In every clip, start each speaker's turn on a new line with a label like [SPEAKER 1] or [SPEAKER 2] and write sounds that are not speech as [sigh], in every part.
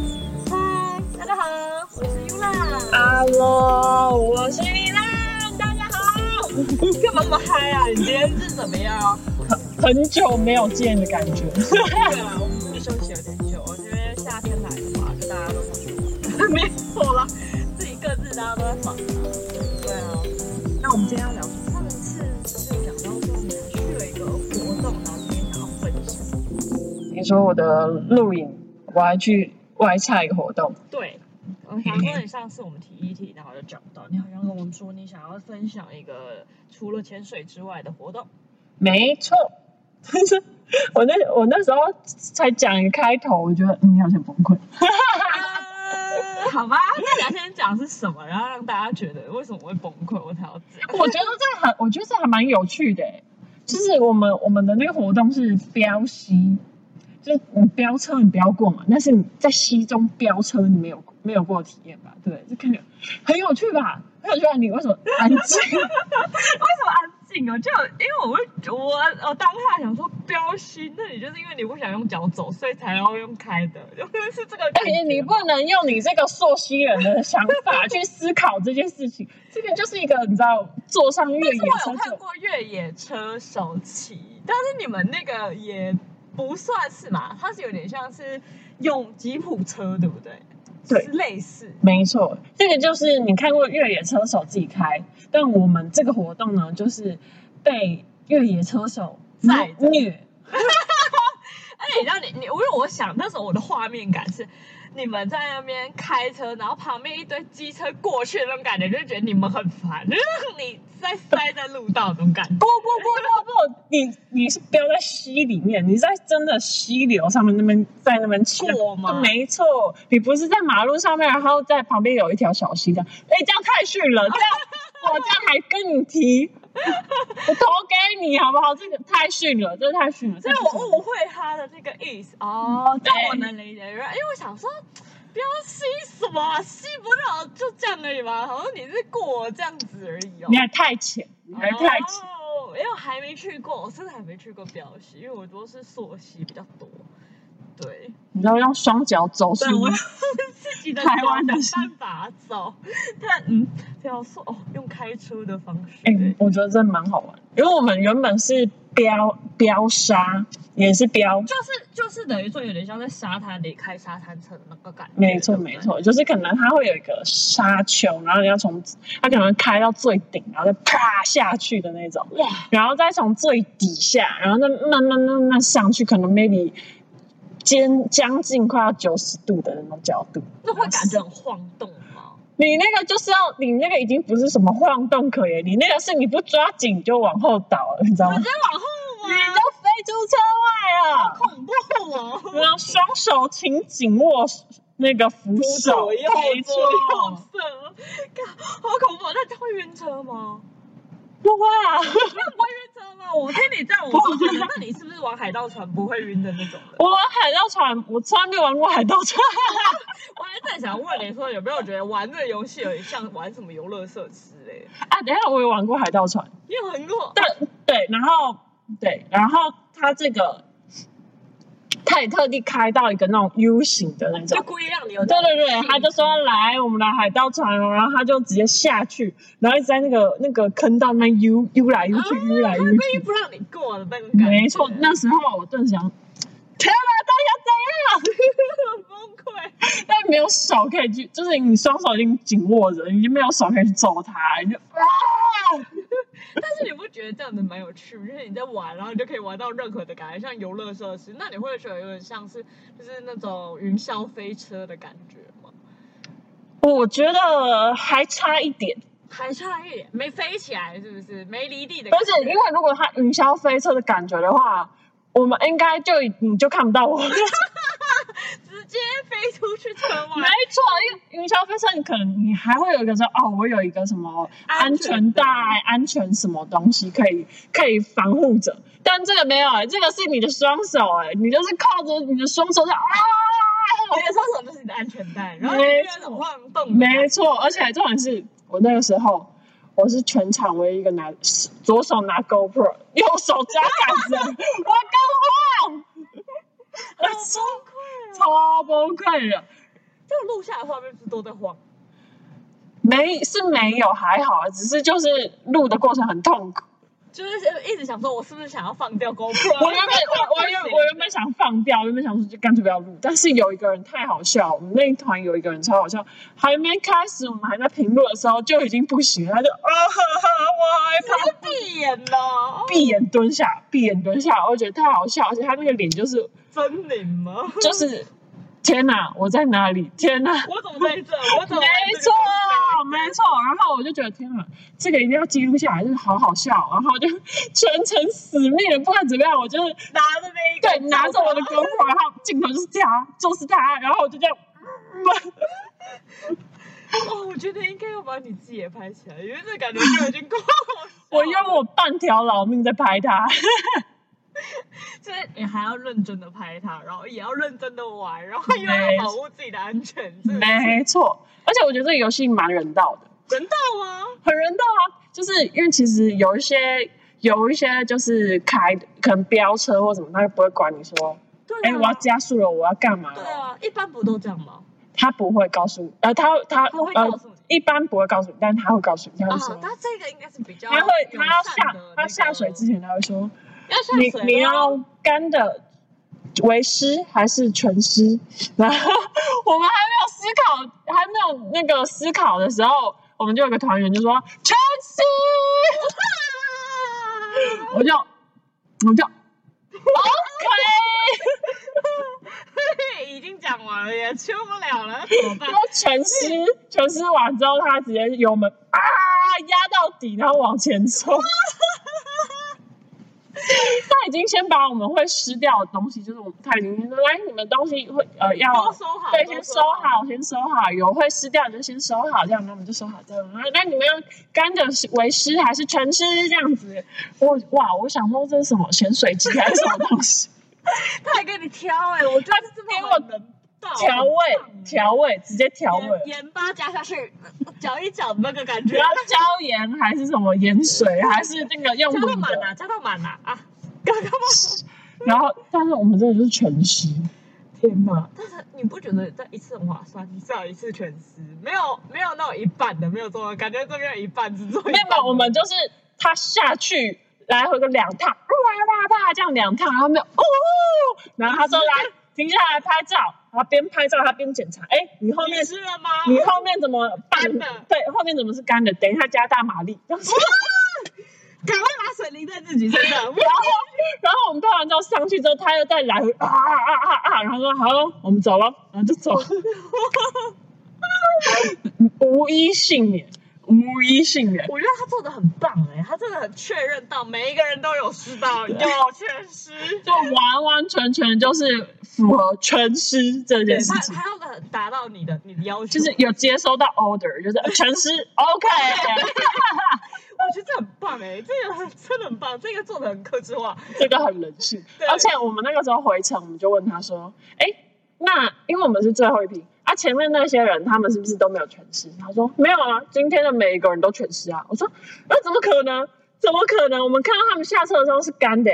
[SPEAKER 1] 你
[SPEAKER 2] [laughs]
[SPEAKER 1] 干嘛那么嗨啊？你今天是怎么样啊？
[SPEAKER 2] 很久没有见的感觉。
[SPEAKER 1] 对啊，我们这里休息有点久，因为夏天来了嘛，就大家都忙着玩没错啦，自己各自大家都在忙啊。对啊，那我们今天要聊什么？上次是讲到说你还去了一个活动，然后今天想要分享。
[SPEAKER 2] 你说我的露营，我还去外差一个活动，
[SPEAKER 1] 对，我想说你上次我们提一提，然后就讲到你好像跟我们说你想要分享一个除了潜水之外的活动。
[SPEAKER 2] 没错。 [laughs] 但是我那我那时候才讲开头，我觉得嗯，好像崩溃。
[SPEAKER 1] 呃 [laughs] 好吧，那你要先讲是什么，然后让大家觉得为什么会崩溃，我才要讲。
[SPEAKER 2] 我觉得这还我觉得这还蛮有趣的欸，就是我们我们的那个活动是飙溪，就是你飙车你不要过嘛，但是你在溪中飙车你没有没有过体验吧？对，这感觉很有趣吧？很有趣啊！你为什么安 [laughs] 静？
[SPEAKER 1] 为什么安静哦？就因为我会，我我当下想说标新，那你就是因为你不想用脚走，所以才要用开的，就是这个感
[SPEAKER 2] 而
[SPEAKER 1] 觉。
[SPEAKER 2] 且哎你不能用你这个朔西人的想法去思考这件事情，这个就是一个你知道坐上越
[SPEAKER 1] 但是
[SPEAKER 2] 野
[SPEAKER 1] 我
[SPEAKER 2] 车
[SPEAKER 1] 有看
[SPEAKER 2] 就
[SPEAKER 1] 过越野车手骑，但是你们那个也不算是嘛，它是有点像是用吉普车，对不对？
[SPEAKER 2] 对
[SPEAKER 1] 是类似。
[SPEAKER 2] 没错，这个就是你看过越野车手自己开，但我们这个活动呢，就是被越野车手
[SPEAKER 1] 载着
[SPEAKER 2] 虐。
[SPEAKER 1] 而且你知哎道你你，因为我想那时候我的画面感是，你们在那边开车，然后旁边一堆机车过去的那种感觉，就觉得你们很烦，就是你在塞在路道那种感觉。
[SPEAKER 2] 不不不不不，你你是飙在溪里面，你在真的溪流上面那边在那边骑
[SPEAKER 1] 过吗
[SPEAKER 2] 没错，你不是在马路上面，然后在旁边有一条小溪这样，哎、这样太逊了，这样我这样还跟你提，我投给你好不好？这个太逊了，这个太逊了，
[SPEAKER 1] 所
[SPEAKER 2] 这
[SPEAKER 1] 以
[SPEAKER 2] 个太逊
[SPEAKER 1] 我
[SPEAKER 2] 了
[SPEAKER 1] 误会他的那个意思哦，
[SPEAKER 2] 嗯
[SPEAKER 1] 但
[SPEAKER 2] 哎
[SPEAKER 1] 我能理解，因为我想说，不要吸什么、啊，吸不到就这样而已嘛，好像你是过这样子而已哦。
[SPEAKER 2] 你还太浅，你还太浅。
[SPEAKER 1] 哦，因为我还没去过，我真的还没去过标西，因为我都是溯溪比较多。对，
[SPEAKER 2] 你知道用双脚走出
[SPEAKER 1] 对，我用自己的
[SPEAKER 2] 台湾的
[SPEAKER 1] 脚想办法走， [laughs] 但嗯，这样说哦，用开车的方式，
[SPEAKER 2] 哎、我觉得这蛮好玩，因为我们原本是飙飙沙，也是飙，
[SPEAKER 1] 就是就是等于说有点像在沙滩里开沙滩车的那个感觉，
[SPEAKER 2] 没错
[SPEAKER 1] 对不对
[SPEAKER 2] 没。错，就是可能它会有一个沙丘，然后你要从它可能开到最顶，然后再啪下去的那种，
[SPEAKER 1] 哇，
[SPEAKER 2] 然后再从最底下，然后再慢慢慢慢上去，可能 maybe 将将近快要九十度的那种角度。
[SPEAKER 1] 那会感觉很晃动吗？
[SPEAKER 2] 你那个就是要，你那个已经不是什么晃动可言，你那个是你不抓紧就往后倒了，你知道
[SPEAKER 1] 我
[SPEAKER 2] 吗？
[SPEAKER 1] 直
[SPEAKER 2] 你
[SPEAKER 1] 接往后
[SPEAKER 2] 就
[SPEAKER 1] 啊，
[SPEAKER 2] 飞出车外了。
[SPEAKER 1] 恐怖哦！
[SPEAKER 2] 然后双手请紧握那个扶手，
[SPEAKER 1] 左右
[SPEAKER 2] 没
[SPEAKER 1] 左右
[SPEAKER 2] 错，
[SPEAKER 1] 侧，看好恐怖！那会晕车吗？
[SPEAKER 2] 不会啊，
[SPEAKER 1] 那不会晕车吗？我听你这样，我就觉得，那你是不是玩海盗船不会晕的那种人？
[SPEAKER 2] 我玩海盗船，我从来没玩过海盗船。
[SPEAKER 1] 我还在想问你说，有没有觉得玩这个游戏有点像玩什么游乐设施、欸？哎，
[SPEAKER 2] 啊，等一下我也玩过海盗船，
[SPEAKER 1] 你有玩过？
[SPEAKER 2] 但对，然后对，然后它这个，它也特地开到一个那种 U 型的那种
[SPEAKER 1] 就。故意让你有
[SPEAKER 2] 对对对，他就
[SPEAKER 1] 啊
[SPEAKER 2] 说来我们来海盗船哦，然后他就直接下去，然后一直在那个那个坑道那边悠悠来悠去，悠来
[SPEAKER 1] 他
[SPEAKER 2] 悠
[SPEAKER 1] 故意
[SPEAKER 2] 去。
[SPEAKER 1] 不让你过的那
[SPEAKER 2] 嗯
[SPEAKER 1] 种感觉，
[SPEAKER 2] 没错，那时候我顿时想，天啊哪，到底要怎样？
[SPEAKER 1] 很 [laughs] 崩溃。
[SPEAKER 2] 但没有手可以去，就是你双手已经紧握着，你就没有手可以去揍它，你就啊，
[SPEAKER 1] 但是你不觉得这样子蛮有趣吗？就是你在玩，然后你就可以玩到任何的感觉，像游乐设施。那你会觉得有点像是就是那种云霄飞车的感觉吗？
[SPEAKER 2] 我觉得还差一点。
[SPEAKER 1] 还差一点没飞起来，是不是？没离地的感
[SPEAKER 2] 而且
[SPEAKER 1] 觉。
[SPEAKER 2] 因为如果它云霄飞车的感觉的话，我们应该就你就看不到我。 [laughs] 没错，
[SPEAKER 1] 直接飞出去车外，
[SPEAKER 2] 因为云霄飞车你可能你还会有一个说哦，我有一个什么安全带、安全什么东西可以可以防护着，但这个没有、欸，这个是你的双手哎、你就是靠着你的双手啊在啊。
[SPEAKER 1] 你的双手就是你的安全带，然后就
[SPEAKER 2] 没
[SPEAKER 1] 有
[SPEAKER 2] 错
[SPEAKER 1] 种晃动的感觉。
[SPEAKER 2] 没错，而且重点是我那个时候，我是全场唯一一个拿左手拿 GoPro，右手抓杆子，我跟我
[SPEAKER 1] 溃
[SPEAKER 2] 超
[SPEAKER 1] 哦！
[SPEAKER 2] 超崩溃了。
[SPEAKER 1] 就录下来的画面不是都在晃？
[SPEAKER 2] 没是没有还好啊，只是就是录的过程很痛苦。
[SPEAKER 1] 就是一直想说，我是不是想要放掉
[SPEAKER 2] 我
[SPEAKER 1] [laughs] GoPro？
[SPEAKER 2] 原本我我原我原本想放掉，原本想说就干脆不要录，但是有一个人太好笑，我们那一团有一个人超好笑，还没开始，我们还在评论的时候就已经不行了，他就啊哈哈，我害怕。
[SPEAKER 1] 是闭眼了，
[SPEAKER 2] 闭眼蹲下，闭眼蹲下，我觉得太好笑，而且他那个脸就是
[SPEAKER 1] 森林吗？
[SPEAKER 2] 就是，天哪，我在哪里？天哪！
[SPEAKER 1] 我怎么在这？我怎么来
[SPEAKER 2] 没
[SPEAKER 1] 这个
[SPEAKER 2] 错，啊没错。然后我就觉得天哪，这个一定要记录下来，真的好好笑。哦然后我就全程死命的，不管怎么样，我就是
[SPEAKER 1] 拿着那一个
[SPEAKER 2] 对拿着我的
[SPEAKER 1] 照
[SPEAKER 2] GoPro，然后镜头就是他，就是他，然后我就这样。
[SPEAKER 1] 片哦，我觉得应该要把你自己也拍起来，因为这感觉就已经够好笑了。
[SPEAKER 2] 我用我半条老命在拍他，
[SPEAKER 1] 就是你还要认真的拍它，然后也要认真的玩，然后又要保护自己的安全，这个
[SPEAKER 2] 没错。而且我觉得这个游戏蛮人道的，
[SPEAKER 1] 人道啊，
[SPEAKER 2] 很人道啊，就是因为其实有一些有一些就是开可能飙车或什么，他就不会管你说，
[SPEAKER 1] 对
[SPEAKER 2] 哎、
[SPEAKER 1] 啊，
[SPEAKER 2] 我要加速了，我要干嘛
[SPEAKER 1] 对
[SPEAKER 2] 了，
[SPEAKER 1] 啊，一般不都这样吗？
[SPEAKER 2] 他不会告诉你，呃，他他
[SPEAKER 1] 他会告
[SPEAKER 2] 呃，
[SPEAKER 1] 诉你。
[SPEAKER 2] 一般不会告诉你，但他会告诉你，他
[SPEAKER 1] 啊
[SPEAKER 2] 会说，，
[SPEAKER 1] 他这个应该是比较
[SPEAKER 2] 他会他要
[SPEAKER 1] 友善
[SPEAKER 2] 下
[SPEAKER 1] 的那
[SPEAKER 2] 他
[SPEAKER 1] 个
[SPEAKER 2] 下水之前他会说，
[SPEAKER 1] 要下
[SPEAKER 2] 你
[SPEAKER 1] 水
[SPEAKER 2] 你
[SPEAKER 1] 了
[SPEAKER 2] 要干的为湿还是全湿？然后 [laughs] 我们还没有思考，还没有那个思考的时候，我们就有个团员就说全 [laughs] 湿，我就我 [laughs] 就 [laughs] OK，
[SPEAKER 1] 已经讲完了，也去不了了，怎么办
[SPEAKER 2] 然？后全湿全湿完之后，他直接油门啊压到底，然后往前 [laughs] 冲。他已经先把我们会湿掉的东西，就是我们他已经先说来，你们东西会呃要
[SPEAKER 1] 都收好，
[SPEAKER 2] 对，
[SPEAKER 1] 都
[SPEAKER 2] 先收。好，先收好，有会湿掉你就先收好，这样，那我们就收好这样。然后那你们要干的是为湿还是全湿这样子？我哇，我想说这是什么潜水机还是什么东西？
[SPEAKER 1] 他还给你挑哎，我觉得这真的
[SPEAKER 2] 给我
[SPEAKER 1] 很人道
[SPEAKER 2] 调味
[SPEAKER 1] 很棒哎，
[SPEAKER 2] 调味，直接调味。
[SPEAKER 1] 盐盐巴加下去，搅一搅那个感
[SPEAKER 2] 不
[SPEAKER 1] 觉
[SPEAKER 2] 要。椒盐还是什么盐水，还是那个用
[SPEAKER 1] 加到
[SPEAKER 2] 卤
[SPEAKER 1] 满
[SPEAKER 2] 的。
[SPEAKER 1] 啊，加到满啊啊！刚刚
[SPEAKER 2] 然后，但是我们这个就是全湿。天哪！
[SPEAKER 1] 但是你不觉得这一次很划算？你至少一次全湿，没有没有那种一半的没有做完，感觉这边有一半是做一
[SPEAKER 2] 没
[SPEAKER 1] 半的。
[SPEAKER 2] 有，我们就是他下去来回个两趟，哇哇哇这样两趟，然后没有哦，然后他说来停下来拍照，然后边拍照他边检查，哎，你后面
[SPEAKER 1] 你吃了吗？
[SPEAKER 2] 你后面怎么拌
[SPEAKER 1] 干的
[SPEAKER 2] 对，后面怎么是干的？等一下加大马力。然后
[SPEAKER 1] 赶快把水淋在自己身上。
[SPEAKER 2] 然后我们拍完照上去之后，他又再来回啊啊啊啊啊，然后说好咯，我们走了，然后就走了，无一幸免，无一幸免。
[SPEAKER 1] 我觉得他做的很棒哎、他真的很确认到每一个人都有吃到，有全湿。
[SPEAKER 2] 就完完全全就是符合全师这件
[SPEAKER 1] 对
[SPEAKER 2] 事
[SPEAKER 1] 他，
[SPEAKER 2] 情，
[SPEAKER 1] 他要很达到你的你的要求，
[SPEAKER 2] 就是有接收到 order，就是呃全师 OK， [laughs]
[SPEAKER 1] 我觉得这很棒哎、这个很真的很棒，这个做的很克制化。
[SPEAKER 2] 这个很人性
[SPEAKER 1] 对。
[SPEAKER 2] 而且我们那个时候回程，我们就问他说：“哎，那因为我们是最后一批啊，前面那些人他们是不是都没有全师？”他说：“没有啊，今天的每一个人都全师啊。”我说：“那怎么可能？怎么可能？我们看到他们下车的时候是干的、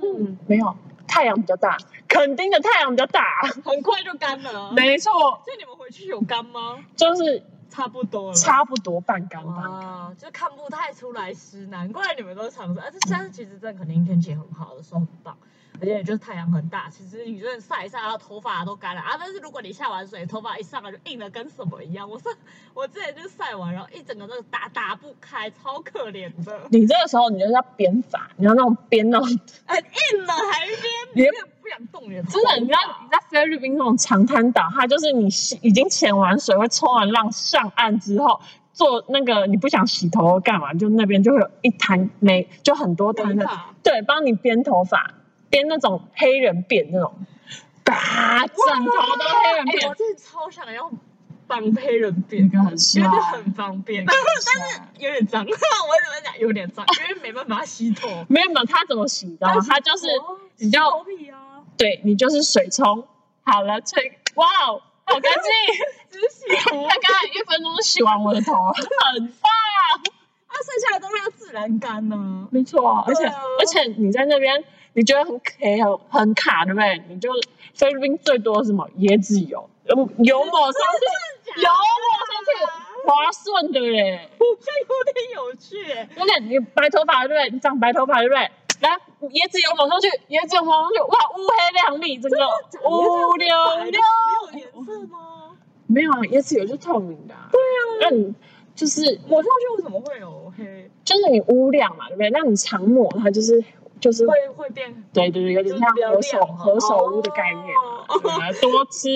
[SPEAKER 1] 嗯，
[SPEAKER 2] 没有太阳比较大，垦丁的太阳比较大。
[SPEAKER 1] 很快就干了。
[SPEAKER 2] 没错，
[SPEAKER 1] 所以你们回去有干吗？
[SPEAKER 2] 就是
[SPEAKER 1] 差不多了。
[SPEAKER 2] 差不多半干吧。
[SPEAKER 1] 哇，哦就看不太出来湿，难怪你们都尝试。而且现在其实真的肯定天气很好的时候很棒，而且就是太阳很大，其实你真的晒一晒，然后头发都干了啊。但是如果你下完水，头发一上来就硬的跟什么一样。我是 [laughs] 我之前就是晒完，然后一整个那个打打不开，超可怜
[SPEAKER 2] [laughs]
[SPEAKER 1] 的，
[SPEAKER 2] 你这个时候你就是要编法，你要那种编 [laughs] 那种，
[SPEAKER 1] 很硬的还边，你
[SPEAKER 2] 你
[SPEAKER 1] 也不想动你的头
[SPEAKER 2] 真的，你知道
[SPEAKER 1] 发
[SPEAKER 2] 你在菲律宾那种长滩岛，它就是你洗已经潜完水会冲完浪上岸之后，做那个你不想洗头或干嘛，就那边就会有一滩没就很多滩
[SPEAKER 1] 头
[SPEAKER 2] 的，
[SPEAKER 1] 发
[SPEAKER 2] 对，帮你编头发，编那种黑人辫那种，嘎，整头都黑人
[SPEAKER 1] 哎
[SPEAKER 2] 辫
[SPEAKER 1] 我，真的超想要绑黑人辫
[SPEAKER 2] 那。个很
[SPEAKER 1] 因
[SPEAKER 2] 帅
[SPEAKER 1] 为，很方便，但是但是有点脏，我只能讲有点脏，因为没办法洗头。
[SPEAKER 2] 没有没有，他怎么洗的？他就是你就
[SPEAKER 1] 头皮啊，
[SPEAKER 2] 对你就是水冲好了，吹，哇哦，好干净。
[SPEAKER 1] 只是洗头，
[SPEAKER 2] 大概一分钟洗完我的头，很棒。
[SPEAKER 1] 啊，剩下的都要自然干呢。
[SPEAKER 2] 没错啊，而且、
[SPEAKER 1] 对啊
[SPEAKER 2] 而且你在那边，你觉得很 K 很很卡，对不对？你就菲嗯律宾最多是什么椰子油，油油抹上去，油抹上去，划算的耶！
[SPEAKER 1] 有点有趣耶、
[SPEAKER 2] 我看你白头发对不对？你长白头发对不对？来，椰子油抹上去，椰子油抹上去，哇，乌黑亮丽，整个
[SPEAKER 1] 假的
[SPEAKER 2] 乌溜溜。
[SPEAKER 1] 没有颜色吗？
[SPEAKER 2] 没有啊，椰子油是透明的、啊。对啊，那你就是
[SPEAKER 1] 抹上去为什么会有黑？
[SPEAKER 2] 就是你污亮嘛，对不对？那你常抹它就是就是
[SPEAKER 1] 会会变
[SPEAKER 2] 对对对，有点像何首
[SPEAKER 1] 就是比较亮嘛
[SPEAKER 2] 何首乌的概念嘛、
[SPEAKER 1] 哦
[SPEAKER 2] 对啊多吃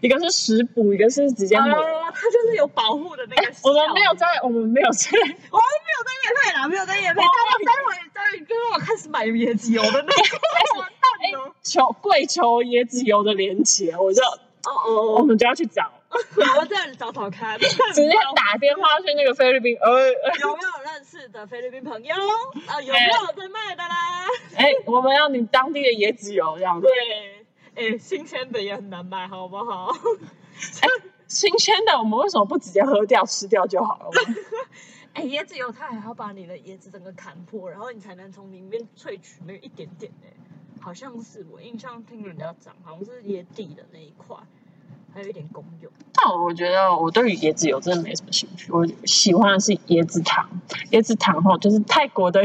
[SPEAKER 2] 一个是食补，一个是直接抹。
[SPEAKER 1] 啊，它就是有保护的那个效
[SPEAKER 2] [laughs] 我
[SPEAKER 1] 果。
[SPEAKER 2] 们没有在，我们没有在，
[SPEAKER 1] 我们没有在夜配啦，没有在夜配，大
[SPEAKER 2] 哦
[SPEAKER 1] 家待会待会就是我开始买椰子油的那个蛋呢。
[SPEAKER 2] [laughs] 求跪求椰子油的连结，我就
[SPEAKER 1] 哦
[SPEAKER 2] 我
[SPEAKER 1] 哦，
[SPEAKER 2] 们就要去找，
[SPEAKER 1] 我们再找找看，
[SPEAKER 2] 直接打电话去那个菲律宾，呃， [laughs] 呃
[SPEAKER 1] 有没有认识的菲律宾朋友啊？有没有在卖的啦？
[SPEAKER 2] 哎、我们要你当地的椰子油这样子，
[SPEAKER 1] 对，哎，新鲜的也很难买，好不好？
[SPEAKER 2] 新鲜的，我们为什么不直接喝掉吃掉就好了？
[SPEAKER 1] 哎，椰子油它还要把你的椰子整个砍破，然后你才能从里面萃取那个一点点哎、好像是我印象听人家讲，好像是椰蒂的那一块，还有一点功用。
[SPEAKER 2] 但我觉得我对于椰子油真的没什么兴趣，我喜欢的是椰子糖，椰子糖哈就是泰国的， [laughs]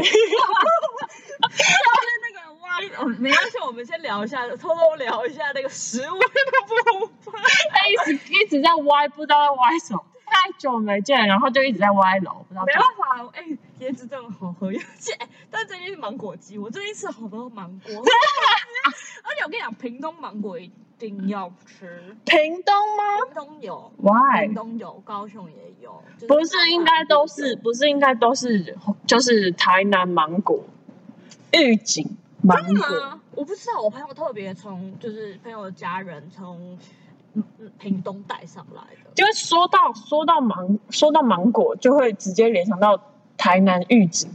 [SPEAKER 1] [laughs] 那个哇，哦没关系，我们先聊一下，偷偷聊一下那个食物的部分。
[SPEAKER 2] 他一直一直在歪，不知道在歪什么，太久没见，然后就一直在歪楼，不知道
[SPEAKER 1] 没
[SPEAKER 2] 怎
[SPEAKER 1] 办
[SPEAKER 2] 么
[SPEAKER 1] 法，哎、椰子真的好喝，而且、哎但最近是芒果季，我最近吃好多芒 [laughs] 果，而且我跟你讲，屏东芒果一定要吃，
[SPEAKER 2] 屏东吗
[SPEAKER 1] 屏东有，屏
[SPEAKER 2] ？Why？
[SPEAKER 1] 东有，高雄也有，就
[SPEAKER 2] 不是应该都是，不是应该都是，就是台南芒果、玉井芒
[SPEAKER 1] 真的
[SPEAKER 2] 果，
[SPEAKER 1] 吗？我不知道，我朋友特别从就是朋友的家人从嗯嗯屏东带上来的，
[SPEAKER 2] 就是说到说到芒说到芒果，就会直接联想到台南玉井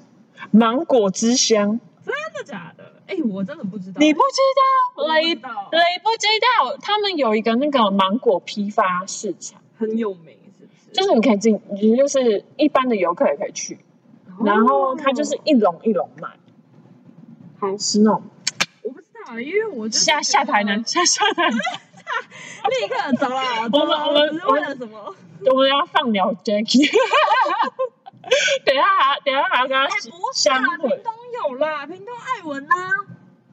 [SPEAKER 2] 芒果之乡，
[SPEAKER 1] 真的假的？哎、我真的不知道，
[SPEAKER 2] 你不知道？
[SPEAKER 1] 我不
[SPEAKER 2] 雷
[SPEAKER 1] 知道
[SPEAKER 2] 雷不知道，他们有一个那个芒果批发市场，
[SPEAKER 1] 很有名，是不是？
[SPEAKER 2] 就是你可以进，就是一般的游客也可以去。
[SPEAKER 1] 哦
[SPEAKER 2] 然后它就是一笼一笼卖，好吃那种。
[SPEAKER 1] 我不知道，因为我就是
[SPEAKER 2] 下下台南，
[SPEAKER 1] 觉
[SPEAKER 2] 下下台南，
[SPEAKER 1] 得立刻走了，
[SPEAKER 2] 我们
[SPEAKER 1] 走了
[SPEAKER 2] 我们
[SPEAKER 1] 只是为了什么？
[SPEAKER 2] 我们要放鸟 Jacky。等一下还要，等一下还要跟他
[SPEAKER 1] 哎，不是
[SPEAKER 2] 相
[SPEAKER 1] 啊，
[SPEAKER 2] 会
[SPEAKER 1] 屏。东有啦，屏东艾文呐、啊，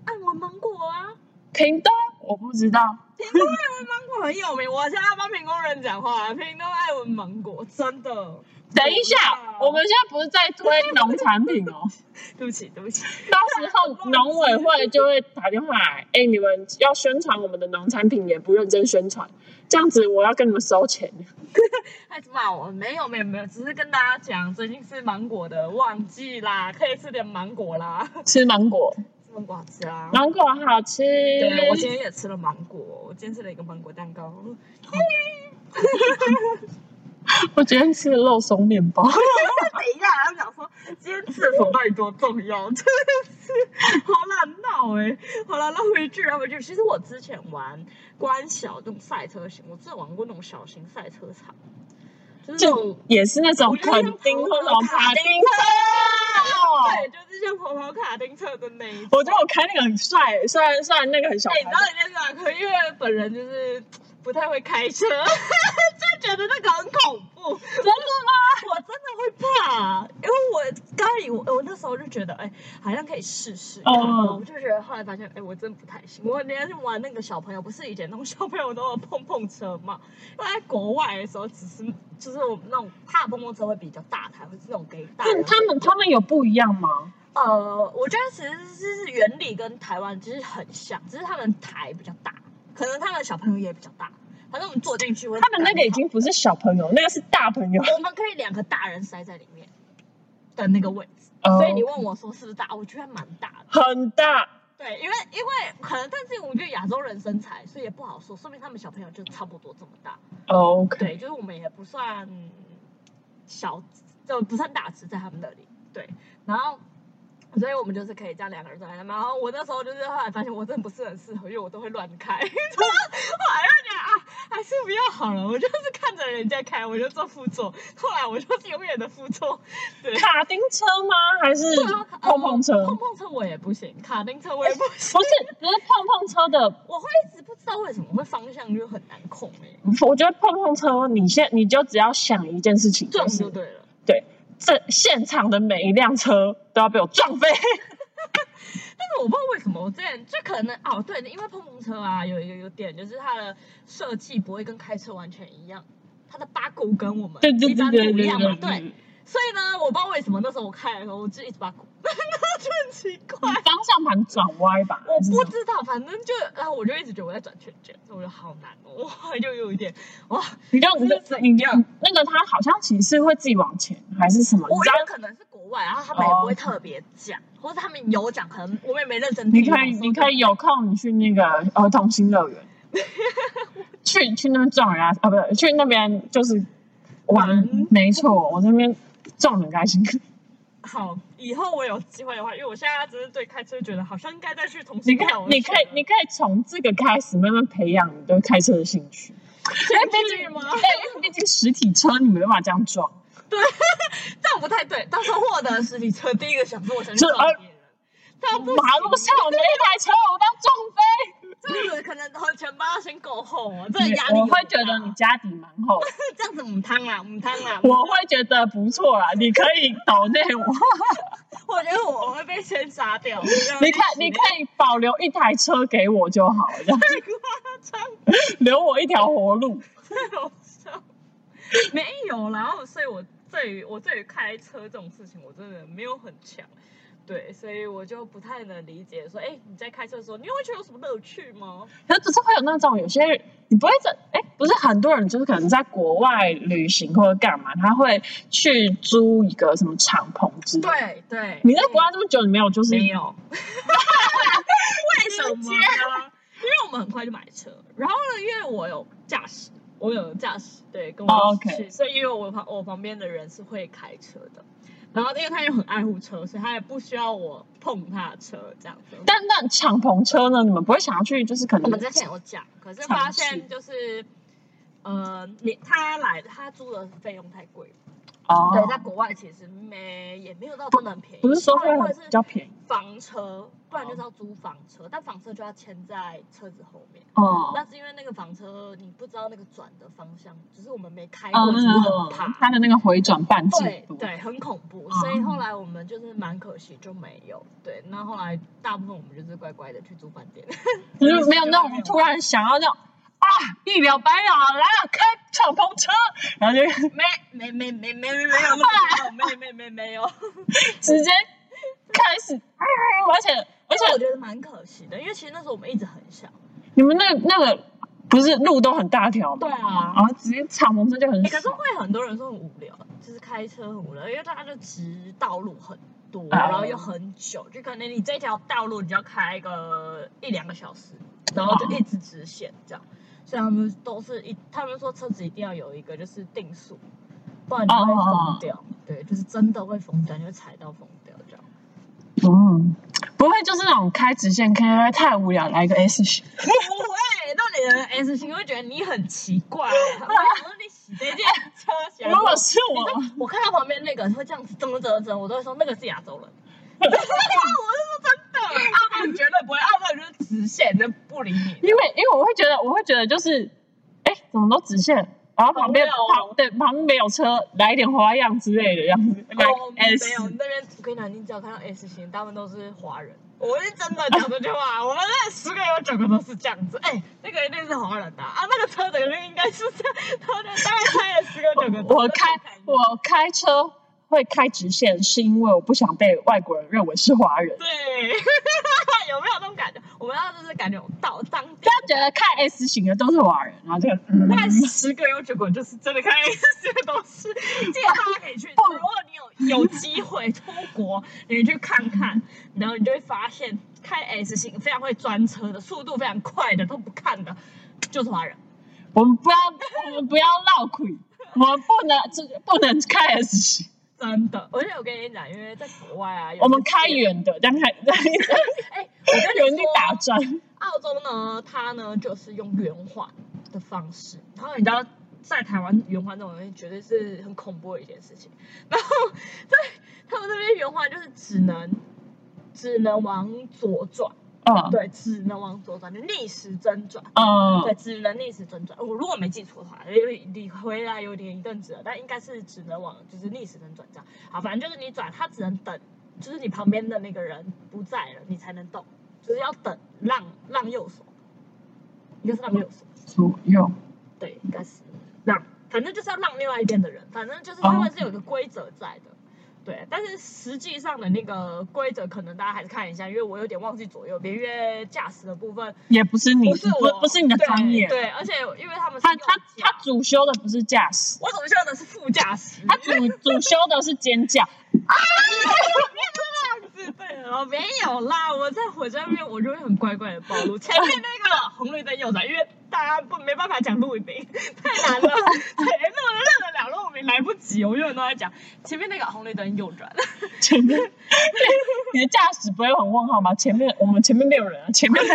[SPEAKER 1] 艾文芒果啊，
[SPEAKER 2] 屏东我不知道，
[SPEAKER 1] 屏东艾文芒果很有名。我现在要帮屏东人讲话了，屏东艾文芒果真的。
[SPEAKER 2] 等一下
[SPEAKER 1] 哇，
[SPEAKER 2] 我们现在不是在推农产品哦，
[SPEAKER 1] 对不起，对不起，
[SPEAKER 2] 到时候农委会就会打电话来，哎，你们要宣传我们的农产品也不认真宣传，这样子我要跟你们收钱。
[SPEAKER 1] 开始骂我，没有没有没有，只是跟大家讲，最近是芒果的旺季啦，可以吃点芒果啦，
[SPEAKER 2] 吃芒果，
[SPEAKER 1] 吃芒果好吃啊。
[SPEAKER 2] 芒果好吃。
[SPEAKER 1] 对，我今 [laughs] 天也吃了芒果，我今天吃了一个芒果蛋糕。
[SPEAKER 2] 我今天吃了肉松面包。
[SPEAKER 1] [laughs] 等一下，还要讲说今天厕所到底多重要，真的是好难闹哎、好了，拉回去，拉回去。其实我之前玩关小这种赛车型，我只有玩过那种小型赛车场，就是那
[SPEAKER 2] 就
[SPEAKER 1] 种。
[SPEAKER 2] 也是那种肯丁或那种卡丁车。
[SPEAKER 1] 对，就是像跑跑卡丁车的那一种。
[SPEAKER 2] 我觉得我开那个很帅，虽然虽然那个很小
[SPEAKER 1] 哎、你
[SPEAKER 2] 牌
[SPEAKER 1] 知道人家是哪可因为本人就是不太会开车， [laughs] 就觉得那个很恐怖。
[SPEAKER 2] 真的吗？
[SPEAKER 1] 我真的会怕，因为我刚开始我我那时候就觉得，哎、好像可以试试。
[SPEAKER 2] 嗯
[SPEAKER 1] 哦，我就觉得后来发现，哎、我真的不太行。我人家去玩那个小朋友，不是以前那种小朋友都有碰碰车嘛？因为在国外的时候，只是就是我们那种怕碰碰车会比较大台，会是那种给大人
[SPEAKER 2] 但他们他们有不一样吗？
[SPEAKER 1] 呃，我觉得其实是原理跟台湾其实很像，只是他们台比较大，可能他们小朋友也比较大。反正我们坐进去会，
[SPEAKER 2] 他们那个已经不是小朋友，那个是大朋友。
[SPEAKER 1] 我们可以两个大人塞在里面的那个位置。
[SPEAKER 2] 哦
[SPEAKER 1] 所以你问我说是不是大，我觉得蛮大的。
[SPEAKER 2] 很大，
[SPEAKER 1] 对，因为因为可能，但是我觉得亚洲人身材，所以也不好说，说明他们小朋友就差不多这么大。
[SPEAKER 2] 哦 OK，
[SPEAKER 1] 对，就是我们也不算小，就不算大只在他们那里。对，然后。所以我们就是可以这样两个人坐在那边。然 [laughs] 后我那时候就是后来发现我真的不是很适合，因为我都会乱开。后来就觉得啊，还是不要好了。我就是看着人家开，我就坐副座，后来我就是永远的副座。对，
[SPEAKER 2] 卡丁车吗？还是
[SPEAKER 1] 对啊
[SPEAKER 2] 碰碰车？
[SPEAKER 1] 碰碰车我也不行，卡丁车我也不行。 [laughs]
[SPEAKER 2] 不是，不是碰碰车的。
[SPEAKER 1] 我会一直不知道为什么会方向就很难控哎、欸，
[SPEAKER 2] 我觉得碰碰车，你现你就只要想一件事情，
[SPEAKER 1] 撞
[SPEAKER 2] 就是
[SPEAKER 1] 就对了。
[SPEAKER 2] 这现场的每一辆车都要被我
[SPEAKER 1] [laughs]
[SPEAKER 2] 撞飞。
[SPEAKER 1] 但是我不知道为什么我之前就可能哦，对，因为碰碰车啊有一个优点就是它的设计不会跟开车完全一样，它的八股跟我们
[SPEAKER 2] 对对
[SPEAKER 1] 一般
[SPEAKER 2] 对
[SPEAKER 1] 不
[SPEAKER 2] 对
[SPEAKER 1] 一
[SPEAKER 2] 对
[SPEAKER 1] 样嘛，
[SPEAKER 2] 对
[SPEAKER 1] 对。所以呢，我不知道为什么那时候我开的时候我就一直八股， [laughs] 就很奇怪。
[SPEAKER 2] 方向盘转歪吧？
[SPEAKER 1] 我
[SPEAKER 2] 还是什
[SPEAKER 1] 不
[SPEAKER 2] 么
[SPEAKER 1] 知道，反正就然后我就一直觉得我在转圈圈，我觉得好难哦， [laughs] 我就有一点哇，
[SPEAKER 2] 你就你就
[SPEAKER 1] 这是
[SPEAKER 2] 你就
[SPEAKER 1] 怎样
[SPEAKER 2] 那个他好像其实会自己往前还是什么？你
[SPEAKER 1] 我
[SPEAKER 2] 知
[SPEAKER 1] 觉
[SPEAKER 2] 道哦
[SPEAKER 1] 得可能是国外，然后他们也不会特别讲，或者他们有讲，可能我也没认真听。
[SPEAKER 2] 你可以，你可
[SPEAKER 1] 以，
[SPEAKER 2] 以有空你去那个儿童新乐
[SPEAKER 1] [laughs]
[SPEAKER 2] 园，去去那边撞人家啊，不去那边就是玩
[SPEAKER 1] 玩。
[SPEAKER 2] 没错，我这边撞得很开心。 [laughs]
[SPEAKER 1] 好，以后我有机会的话，因为我现在只是对开车觉得好像应该再去重
[SPEAKER 2] 你
[SPEAKER 1] 新
[SPEAKER 2] 可
[SPEAKER 1] 看
[SPEAKER 2] 以
[SPEAKER 1] 我，的
[SPEAKER 2] 你
[SPEAKER 1] 车
[SPEAKER 2] 可
[SPEAKER 1] 了。
[SPEAKER 2] 以，
[SPEAKER 1] [laughs]
[SPEAKER 2] 你可以从这个开始慢慢培养你对开车的兴
[SPEAKER 1] [laughs]
[SPEAKER 2] 趣。
[SPEAKER 1] 先
[SPEAKER 2] 哎毕
[SPEAKER 1] 去
[SPEAKER 2] 竟
[SPEAKER 1] 吗？啊
[SPEAKER 2] 对，毕竟实体车你没办法这样撞，
[SPEAKER 1] 这样不太对。当时获得实体车，第一个想说我想去
[SPEAKER 2] 这
[SPEAKER 1] 撞
[SPEAKER 2] 呃
[SPEAKER 1] 别人，这样不行
[SPEAKER 2] 马路上没一台车，我都要撞飞。
[SPEAKER 1] 这样子可能和钱包要先够厚哦，这个压力
[SPEAKER 2] 我
[SPEAKER 1] 有
[SPEAKER 2] 会
[SPEAKER 1] 点
[SPEAKER 2] 觉
[SPEAKER 1] 大
[SPEAKER 2] 得你家底蛮厚的，
[SPEAKER 1] 这样子母汤啦，母汤
[SPEAKER 2] [laughs]
[SPEAKER 1] 啦。
[SPEAKER 2] 我会觉得不错啦。你可以抖内我，
[SPEAKER 1] 我觉得我会被先杀掉。
[SPEAKER 2] 你看，你可以保留一台车给我就好了，这 [laughs] 样
[SPEAKER 1] 太夸张了。
[SPEAKER 2] 留我一条活路。
[SPEAKER 1] 好笑，没有啦。然后，所以我对于我对于开车这种事情，我真的没有很强。对，所以我就不太能理解说，哎、你在开车的时候，你会觉得有什么乐趣吗？
[SPEAKER 2] 可是只是会有那种有些人，你不会在哎，不是很多人就是可能在国外旅行或者干嘛，他会去租一个什么敞篷之类的。
[SPEAKER 1] 对对，
[SPEAKER 2] 你在国外这么久，你没有就是
[SPEAKER 1] 没有？为什么
[SPEAKER 2] 啊
[SPEAKER 1] 呢？因为我们很快就买车，然后呢，因为我有驾驶，我有驾驶，对，跟我
[SPEAKER 2] 哦
[SPEAKER 1] 一起去
[SPEAKER 2] OK
[SPEAKER 1] 所以因为我旁我旁边的人是会开车的，然后因为他又很爱护车，所以他也不需要我碰他的车这样子。
[SPEAKER 2] 但那敞篷车呢？你们不会想要去，就是可能
[SPEAKER 1] 我们之前有讲，可是发现就是，呃，你他来他租的费用太贵了，
[SPEAKER 2] 哦，
[SPEAKER 1] 对，在国外其实没也没有到真的很便宜，
[SPEAKER 2] 不是说会
[SPEAKER 1] 会
[SPEAKER 2] 很比较便宜哦
[SPEAKER 1] 房车，不然就是要租房车，但房车就要牵在车子后面。
[SPEAKER 2] 哦，
[SPEAKER 1] 那是因为那个房车你不知道那个转的方向，只是我们没开过，
[SPEAKER 2] 嗯
[SPEAKER 1] 只是很
[SPEAKER 2] 它
[SPEAKER 1] 怕。
[SPEAKER 2] 的那个回转半径
[SPEAKER 1] 对
[SPEAKER 2] 多
[SPEAKER 1] 对，很恐怖，
[SPEAKER 2] 嗯
[SPEAKER 1] 所以后来我们就是蛮可惜就没有。对，那后来大部分我们就是乖乖的去住饭店。
[SPEAKER 2] 就是没有那种突然想要那种啊一了百了，来了开敞篷车，然后就
[SPEAKER 1] 没没没没没没没有那么没没没没有，
[SPEAKER 2] 直接开始，啊而且而
[SPEAKER 1] 而且我
[SPEAKER 2] 且
[SPEAKER 1] 觉得蛮可惜的，因为其实那时候我们一直很小。
[SPEAKER 2] 你们那那个不是路都很大条吗？
[SPEAKER 1] 对啊
[SPEAKER 2] 然后直接敞篷车就很
[SPEAKER 1] 欸可是
[SPEAKER 2] 爽，
[SPEAKER 1] 会很多人说很无聊，就是开车很无聊，因为大家就直道路很多，
[SPEAKER 2] 啊
[SPEAKER 1] 然后又很久，就可能你这条道路你就要开个一两个小时，然后就一直直线这样。所以他们都是一，他们说车子一定要有一个就是定速，不然你会疯掉。对，就是真的会疯掉，你会踩到疯掉这样。
[SPEAKER 2] 嗯，不会就是那种开直线开太无聊，来一个 S 型。
[SPEAKER 1] 不会，那哎你的 S 型会觉得你很奇怪、哦 [laughs] 我想说你洗这件 [laughs] 车型，
[SPEAKER 2] 如果是我，
[SPEAKER 1] 我看到旁边那个会这样子噔噔噔，我都会说那个是亚 [laughs] 洲人。啊我是说真的， [laughs] 澳洲人绝对不会，澳洲人就是直线，就不理你。
[SPEAKER 2] 因为因为我会觉得，我会觉得就是，哎，怎么都直线，然后旁边、
[SPEAKER 1] 好无聊哦
[SPEAKER 2] 旁对旁边没有车，来一点花样之类的这样子，来
[SPEAKER 1] 我没
[SPEAKER 2] S，
[SPEAKER 1] 有那边，我跟你讲，你只要看到 S 型，大部分都是华人。我是真的讲这句话，我们那十个有九个都是这样子。哎、那个一定是华人的啊，啊那个车的人应该是这样，他们大概开了十个九个都是这样。
[SPEAKER 2] 我开我开车会开直线，是因为我不想被外国人认为是华人， [laughs]
[SPEAKER 1] 对，有没有那种感觉？我们要就是感觉到当地
[SPEAKER 2] [laughs] 他觉得开 S 型的都是华人，然后就、嗯
[SPEAKER 1] 大概十个有九个就是真的开始这个东西，这个大家可以去。如果你有有机会出国，你去看看，然后你就会发现，开 S 型非常会专车的，速度非常快的，都不看的，就是华人。
[SPEAKER 2] 我们不要我们不要闹鬼，我们不能这不能开 S 型，
[SPEAKER 1] 真的，而且我跟你讲，因为在国外啊，有
[SPEAKER 2] 我们
[SPEAKER 1] 些
[SPEAKER 2] 开远的，这样开，
[SPEAKER 1] 哎、我跟你
[SPEAKER 2] 原地
[SPEAKER 1] 说，
[SPEAKER 2] 打转，
[SPEAKER 1] 澳洲呢，它呢就是用原话，的方式。然后你知道，在台湾圆环这种东西绝对是很恐怖的一件事情。然后在他们那边圆环就是只能只能往左转，
[SPEAKER 2] 嗯
[SPEAKER 1] 对，只能往左转，就逆时针转。
[SPEAKER 2] 嗯
[SPEAKER 1] 对，只能逆时针转。我如果没记错的话，因为你回来有点一阵子了，但应该是只能往就是逆时针转这样。好，反正就是你转，它只能等，就是你旁边的那个人不在了，你才能动，就是要等让让右手，应该是让右手，
[SPEAKER 2] 左右
[SPEAKER 1] 对，应该是让，反正就是要让另外一边的人，反正就是他们是有一个规则在的。对，但是实际上的那个规则，可能大家还是看一下，因为我有点忘记左右边，因为驾驶的部分
[SPEAKER 2] 也不是你，
[SPEAKER 1] 不是我，
[SPEAKER 2] 不是你的
[SPEAKER 1] 对
[SPEAKER 2] 专业。
[SPEAKER 1] 对，而且因为他们是
[SPEAKER 2] 他
[SPEAKER 1] 右
[SPEAKER 2] 他
[SPEAKER 1] 驾
[SPEAKER 2] 他主修的不是驾驶，
[SPEAKER 1] 我总修的是副驾驶，
[SPEAKER 2] 他主主修的是尖叫。
[SPEAKER 1] 是对了，没有啦，我在火车上面我就会很乖乖的暴露，前面那个 [laughs] 红绿灯右转，因为大家不没办法讲路名，太 [laughs] 难了，对，那么认得了路名来不及，我永远都在讲前面那个红绿灯右转， [laughs]
[SPEAKER 2] 前面， [laughs] 你的驾驶不会很问号吗？前面我们前面没有人啊，前面的 [laughs]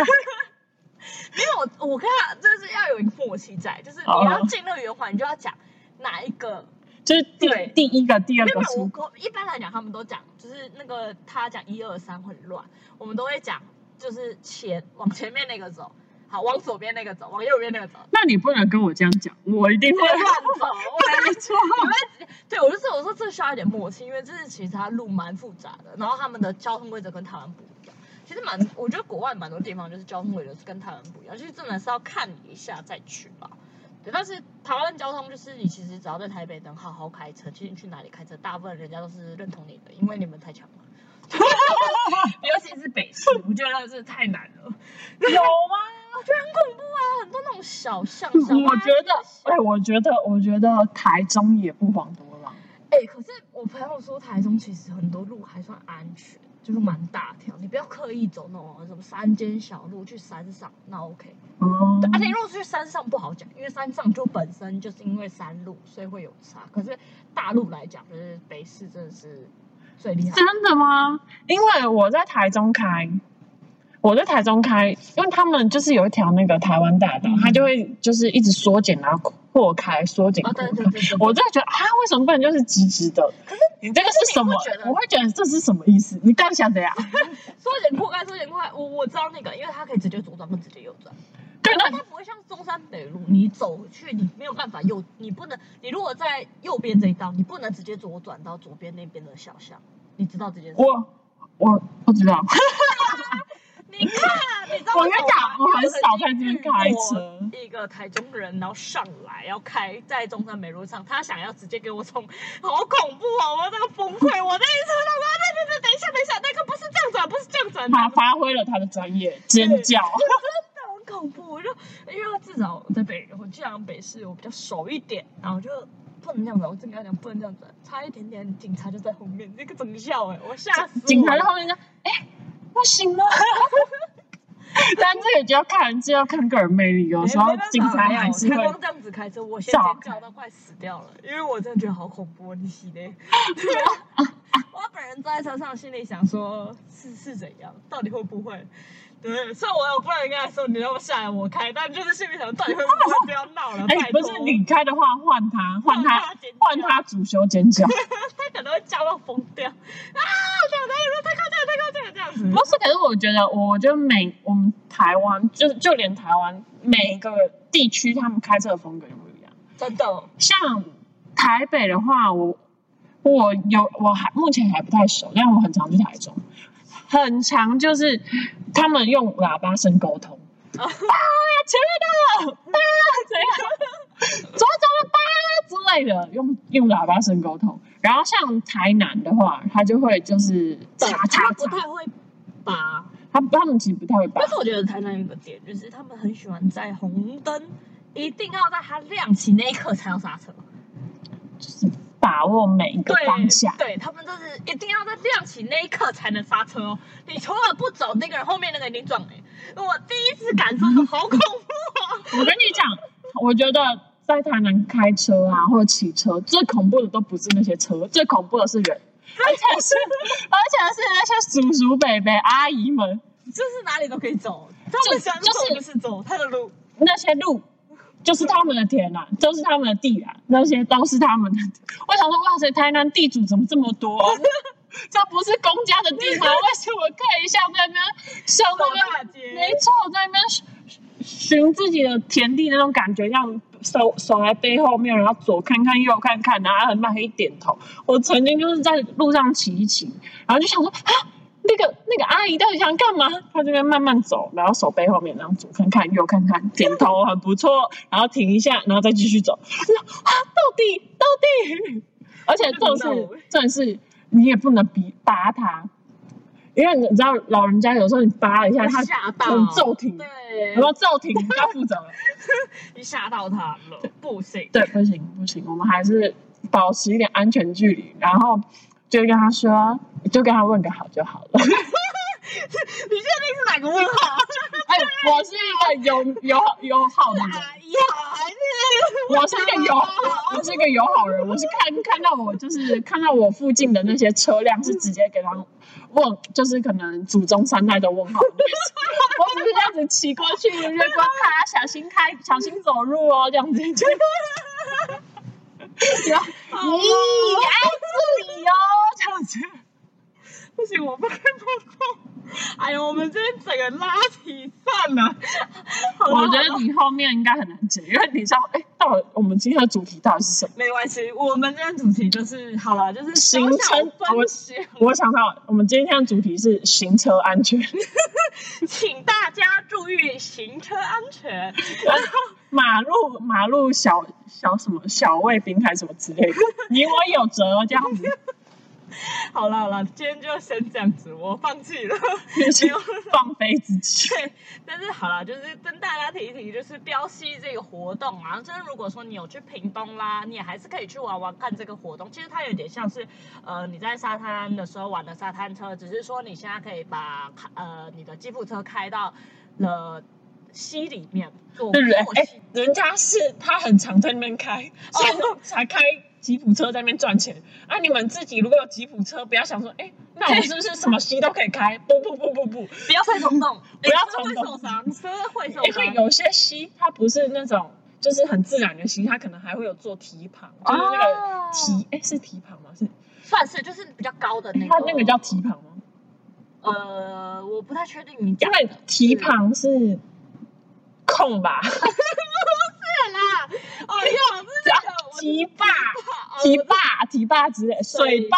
[SPEAKER 1] 因为我我跟他就是要有一个默契在，就是你要进那个圆环，你就要讲哪一个。
[SPEAKER 2] 就是第
[SPEAKER 1] 对
[SPEAKER 2] 第一个、第二
[SPEAKER 1] 没有
[SPEAKER 2] 个
[SPEAKER 1] 没有，
[SPEAKER 2] 是
[SPEAKER 1] 我我一般来讲，他们都讲就是那个他讲一二三会很乱，我们都会讲就是前往前面那个走，好往左边那个走，往右边那个走，
[SPEAKER 2] 那你不能跟我这样讲，我一定会
[SPEAKER 1] 会乱走。
[SPEAKER 2] [laughs]
[SPEAKER 1] 我
[SPEAKER 2] 没错。
[SPEAKER 1] [laughs] 对我就说我说这需要一点默契，因为这是其实它路蛮复杂的，然后他们的交通规则跟台湾不一样。其实蛮，我觉得国外蛮多地方就是交通规则是跟台湾不一样，就是真的是要看你一下再去吧。对，但是台湾交通就是你其实只要在台北能好好开车，其实你去哪里开车，大部分人家都是认同你的，因为你们太强了。尤其是北市， [laughs] 我觉得是太难了。
[SPEAKER 2] 有吗？
[SPEAKER 1] 我觉得很恐怖啊，很多那种小巷小
[SPEAKER 2] 我
[SPEAKER 1] 弯
[SPEAKER 2] 觉得，哎，我觉得，我觉得台中也不遑多让。
[SPEAKER 1] 哎、可是我朋友说台中其实很多路还算安全，就是蛮大条，你不要刻意走那种什么山间小路去山上，那 OK。
[SPEAKER 2] 哦
[SPEAKER 1] 对，而且如果是去山上不好讲，因为山上就本身就是因为山路，所以会有差。可是大路来讲，就是北市真的是最厉害的。
[SPEAKER 2] 真的吗？因为我在台中开，我在台中开，因为他们就是有一条那个台湾大道
[SPEAKER 1] 嗯，
[SPEAKER 2] 它就会就是一直缩减，然后扩开，缩减
[SPEAKER 1] 哦，
[SPEAKER 2] 扩
[SPEAKER 1] 对
[SPEAKER 2] 开。
[SPEAKER 1] 对对对，
[SPEAKER 2] 我真的觉得啊，为什么不能就是直直的？
[SPEAKER 1] 可是
[SPEAKER 2] 你这个是什么
[SPEAKER 1] 可是你不觉？得
[SPEAKER 2] 我会觉得这是什么意思？你到底想怎样？
[SPEAKER 1] 缩减扩开，缩减扩开，我我知道那个，因为它可以直接左转跟直接右转。
[SPEAKER 2] 对，那
[SPEAKER 1] 但它不会像中山北路，你走回去你没有办法右，你不能，你如果在右边这一道，你不能直接左转到左边那边的小巷，你知道这件事？
[SPEAKER 2] 我我不知道，
[SPEAKER 1] 你看，你知道
[SPEAKER 2] 我跟你
[SPEAKER 1] 为什么吗
[SPEAKER 2] 讲，我很少在
[SPEAKER 1] 因为我曾经
[SPEAKER 2] 这边
[SPEAKER 1] 遇过
[SPEAKER 2] 开车。
[SPEAKER 1] 一个台中人，然后上来要开在中山北路上，他想要直接给我冲，好恐怖哦！我那个崩溃，我那一车上，我那那那等一下等一下，那个不是这样转，不是这样转，
[SPEAKER 2] 他发挥了他的专业，尖叫。
[SPEAKER 1] 很恐怖。我就因为至少我在北，我既然北市我比较熟一点，然后就不能这样子，我真跟他讲不能这样子，差一点点警察就在后面，那个整笑哎、我吓死我了
[SPEAKER 2] 警察在后面说：“哎、不
[SPEAKER 1] [laughs]
[SPEAKER 2] 行了。”但这个就要看，就要看个人魅力。有时候
[SPEAKER 1] 哎没办法
[SPEAKER 2] 警察
[SPEAKER 1] 没有
[SPEAKER 2] 还是
[SPEAKER 1] 他
[SPEAKER 2] 会
[SPEAKER 1] 光这样子开车，我先
[SPEAKER 2] 照
[SPEAKER 1] 尖
[SPEAKER 2] 开
[SPEAKER 1] 叫到快死掉了，因为我真的觉得好恐怖，你洗嘞。我本人坐在车上，心里想说，是是怎样，到底会不会？对，虽然我有不能跟他说你让我下来我开，但就是心里想，到底会不会不要闹了？
[SPEAKER 2] 哎、
[SPEAKER 1] 拜
[SPEAKER 2] 不
[SPEAKER 1] 托
[SPEAKER 2] 是你开的话，换他，换他，
[SPEAKER 1] 尖叫
[SPEAKER 2] 换他主修尖叫。
[SPEAKER 1] 他可能会叫到疯掉啊！这样子，哎呦太靠近了，太靠近了，这样子。
[SPEAKER 2] 不是，可是我觉得，我觉得每我们台湾，就就连台湾每个地区，他们开车的风格也不一样。
[SPEAKER 1] 真的，
[SPEAKER 2] 像台北的话，我我有我还目前还不太熟，但我很常去台中，很常就是他们用喇叭声沟通。
[SPEAKER 1] 哦
[SPEAKER 2] [laughs] 啊，前面的啊，怎样？左走了吧之类的，用用喇叭声沟通。然后像台南的话，他就会就是叉叉
[SPEAKER 1] 他不
[SPEAKER 2] 叉，
[SPEAKER 1] 太会拔。
[SPEAKER 2] 他他们其实不太会把
[SPEAKER 1] 但是我觉得台南有个点，就是他们很喜欢在红灯，一定要在它亮起那一刻才要刹车。
[SPEAKER 2] 把握每一个当下。
[SPEAKER 1] 对他们就是一定要在亮起那一刻才能刹车哦。你除了不走，那个人后面那个一定撞哎、我第一次感受到好恐 [laughs] 怖啊！
[SPEAKER 2] 我跟你讲，我觉得在台南开车啊，或者骑车，最恐怖的都不是那些车，最恐怖的是人，而
[SPEAKER 1] [laughs]
[SPEAKER 2] 且是而且是那些叔叔、伯伯、阿姨们，
[SPEAKER 1] 就是哪里都可以走，他们想走就是走他的路。
[SPEAKER 2] 那些路就是他们的田啦、都是他们的地啦、那些都是他们的。我想说，哇塞，台南地主怎么这么多、 [laughs] 这不是公家的
[SPEAKER 1] [laughs]
[SPEAKER 2] 地吗？为什么可以像在那边像
[SPEAKER 1] 走
[SPEAKER 2] 那边
[SPEAKER 1] 大街，
[SPEAKER 2] 没错，在那边寻寻自己的田地那种感觉，这样手手在背后面，然后左看看右看看，然后很慢一点头。我曾经就是在路上骑一骑，然后就想说啊，那个 [laughs] 那个阿姨到底想干嘛？她这边慢慢走，然后手背后面，然后左看看右看看，点头很不错，然后停一下，然后再继续走。我就啊，到底到底，而且重
[SPEAKER 1] [laughs] 看不到
[SPEAKER 2] 是重点是你也不能比扒他。因为你知道，老人家有时候你扒一下，他
[SPEAKER 1] 你吓到，
[SPEAKER 2] 很骤停，
[SPEAKER 1] 对
[SPEAKER 2] 然，后骤停你就要负责了。
[SPEAKER 1] 你吓到他了，不行，
[SPEAKER 2] [laughs] 对，不行不行，我们还是保持一点安全距离，然后就跟他说，就跟他问个好就好了。
[SPEAKER 1] 你确定是哪个问号？
[SPEAKER 2] 哎，我是一个友友友好的人，
[SPEAKER 1] 阿姨好还是
[SPEAKER 2] 我是一个 [laughs] 友，我是一个友好人，我是看看到我就是看到我附近的那些车辆是直接给他问，就是可能祖宗三代都问好的那种，我只是这样子骑过去，越过他，小心开，小心走路哦，这样子就。然后，咦，你爱自己哦，这样子。
[SPEAKER 1] 不行，我不看不过。哎呀，我们今天整个拉题算了。好了
[SPEAKER 2] 我觉
[SPEAKER 1] 好
[SPEAKER 2] 得
[SPEAKER 1] 了
[SPEAKER 2] 你后面应该很难解，因为你知道，哎，到底我们今天的主题到底是什么？
[SPEAKER 1] 没关系，我们今天主题就是好了，就是
[SPEAKER 2] 行
[SPEAKER 1] 小小
[SPEAKER 2] 程我
[SPEAKER 1] 分享，
[SPEAKER 2] 我想到，我们今天的主题是行车安全。
[SPEAKER 1] 请大家注意行车安全。
[SPEAKER 2] 马路马路小小什么小卫兵还是什么之类的，你我有责这样子，
[SPEAKER 1] 好了好了，今天就先这样子，我放弃了。
[SPEAKER 2] 你去放飞自己。
[SPEAKER 1] 对，但是好了，就是跟大家提一提，就是标西这个活动啊，就是如果说你有去屏东啦，你也还是可以去玩玩看这个活动。其实它有点像是，呃，你在沙滩的时候玩的沙滩车，只是说你现在可以把呃你的吉普车开到了溪里面做
[SPEAKER 2] [laughs] 对不对？哦
[SPEAKER 1] 过
[SPEAKER 2] 哎、
[SPEAKER 1] 溪。
[SPEAKER 2] 人家是他很常在那边开，所以才开吉普车在那边赚钱。啊，你们自己如果有吉普车，不要想说，哎、那我们是不是什么溪都可以开？ [laughs] 不不不不不，
[SPEAKER 1] 不要太冲动，
[SPEAKER 2] 不要
[SPEAKER 1] 你车
[SPEAKER 2] 冲
[SPEAKER 1] 会
[SPEAKER 2] 动
[SPEAKER 1] 受伤，你车会受
[SPEAKER 2] 因为
[SPEAKER 1] 伤。
[SPEAKER 2] 有些溪它不是那种就是很自然的溪，它可能还会有做蹄膀，就是那个
[SPEAKER 1] 哦
[SPEAKER 2] 蹄，哎、是蹄膀吗？是
[SPEAKER 1] 算是就是比较高的那个，
[SPEAKER 2] 它那个叫蹄膀吗？
[SPEAKER 1] 呃，我不太确定你
[SPEAKER 2] 因
[SPEAKER 1] 讲
[SPEAKER 2] 为蹄膀是空吧，
[SPEAKER 1] 对啦，哎呀，是那个我
[SPEAKER 2] 哦蹄坝、
[SPEAKER 1] 怕
[SPEAKER 2] 蹄坝、蹄坝之类，哦水坝、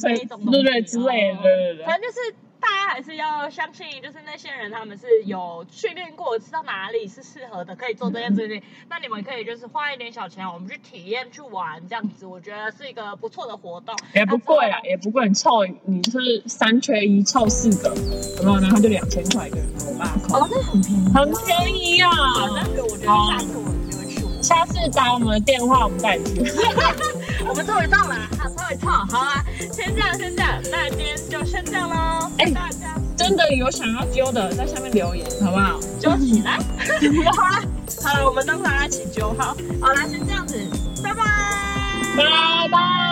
[SPEAKER 1] 水坝啦那一
[SPEAKER 2] 水
[SPEAKER 1] 种东西
[SPEAKER 2] 对对之类的，
[SPEAKER 1] 哦
[SPEAKER 2] 对对对。
[SPEAKER 1] 反正就是大家还是要相信，就是那些人他们是有训练过，知道哪里是适合的，可以做这件事情。
[SPEAKER 2] 嗯
[SPEAKER 1] 那你们可以就是花一点小钱，我们去体验去玩这样子，我觉得是一个不错的活动。
[SPEAKER 2] 也不贵啦，也不贵，你凑你就是三缺一凑四个，有没有？然后就两千块一个人，我爸扣，
[SPEAKER 1] 哦，那很便宜，
[SPEAKER 2] 很便宜啊！
[SPEAKER 1] 啊。那个我觉得下次我们就会去玩。
[SPEAKER 2] 下次打我们的电话，我们带你去。
[SPEAKER 1] 我们终于到了，好，终于到，好啊，先这样，先这样，那今天就先这样喽，
[SPEAKER 2] 哎
[SPEAKER 1] 大家
[SPEAKER 2] 真的有想要揪的，在下面留言，好不好？
[SPEAKER 1] 揪起来。 [laughs] 好了，好了，我们都大家一起揪，好，好了，先这样子，拜拜。
[SPEAKER 2] 拜拜。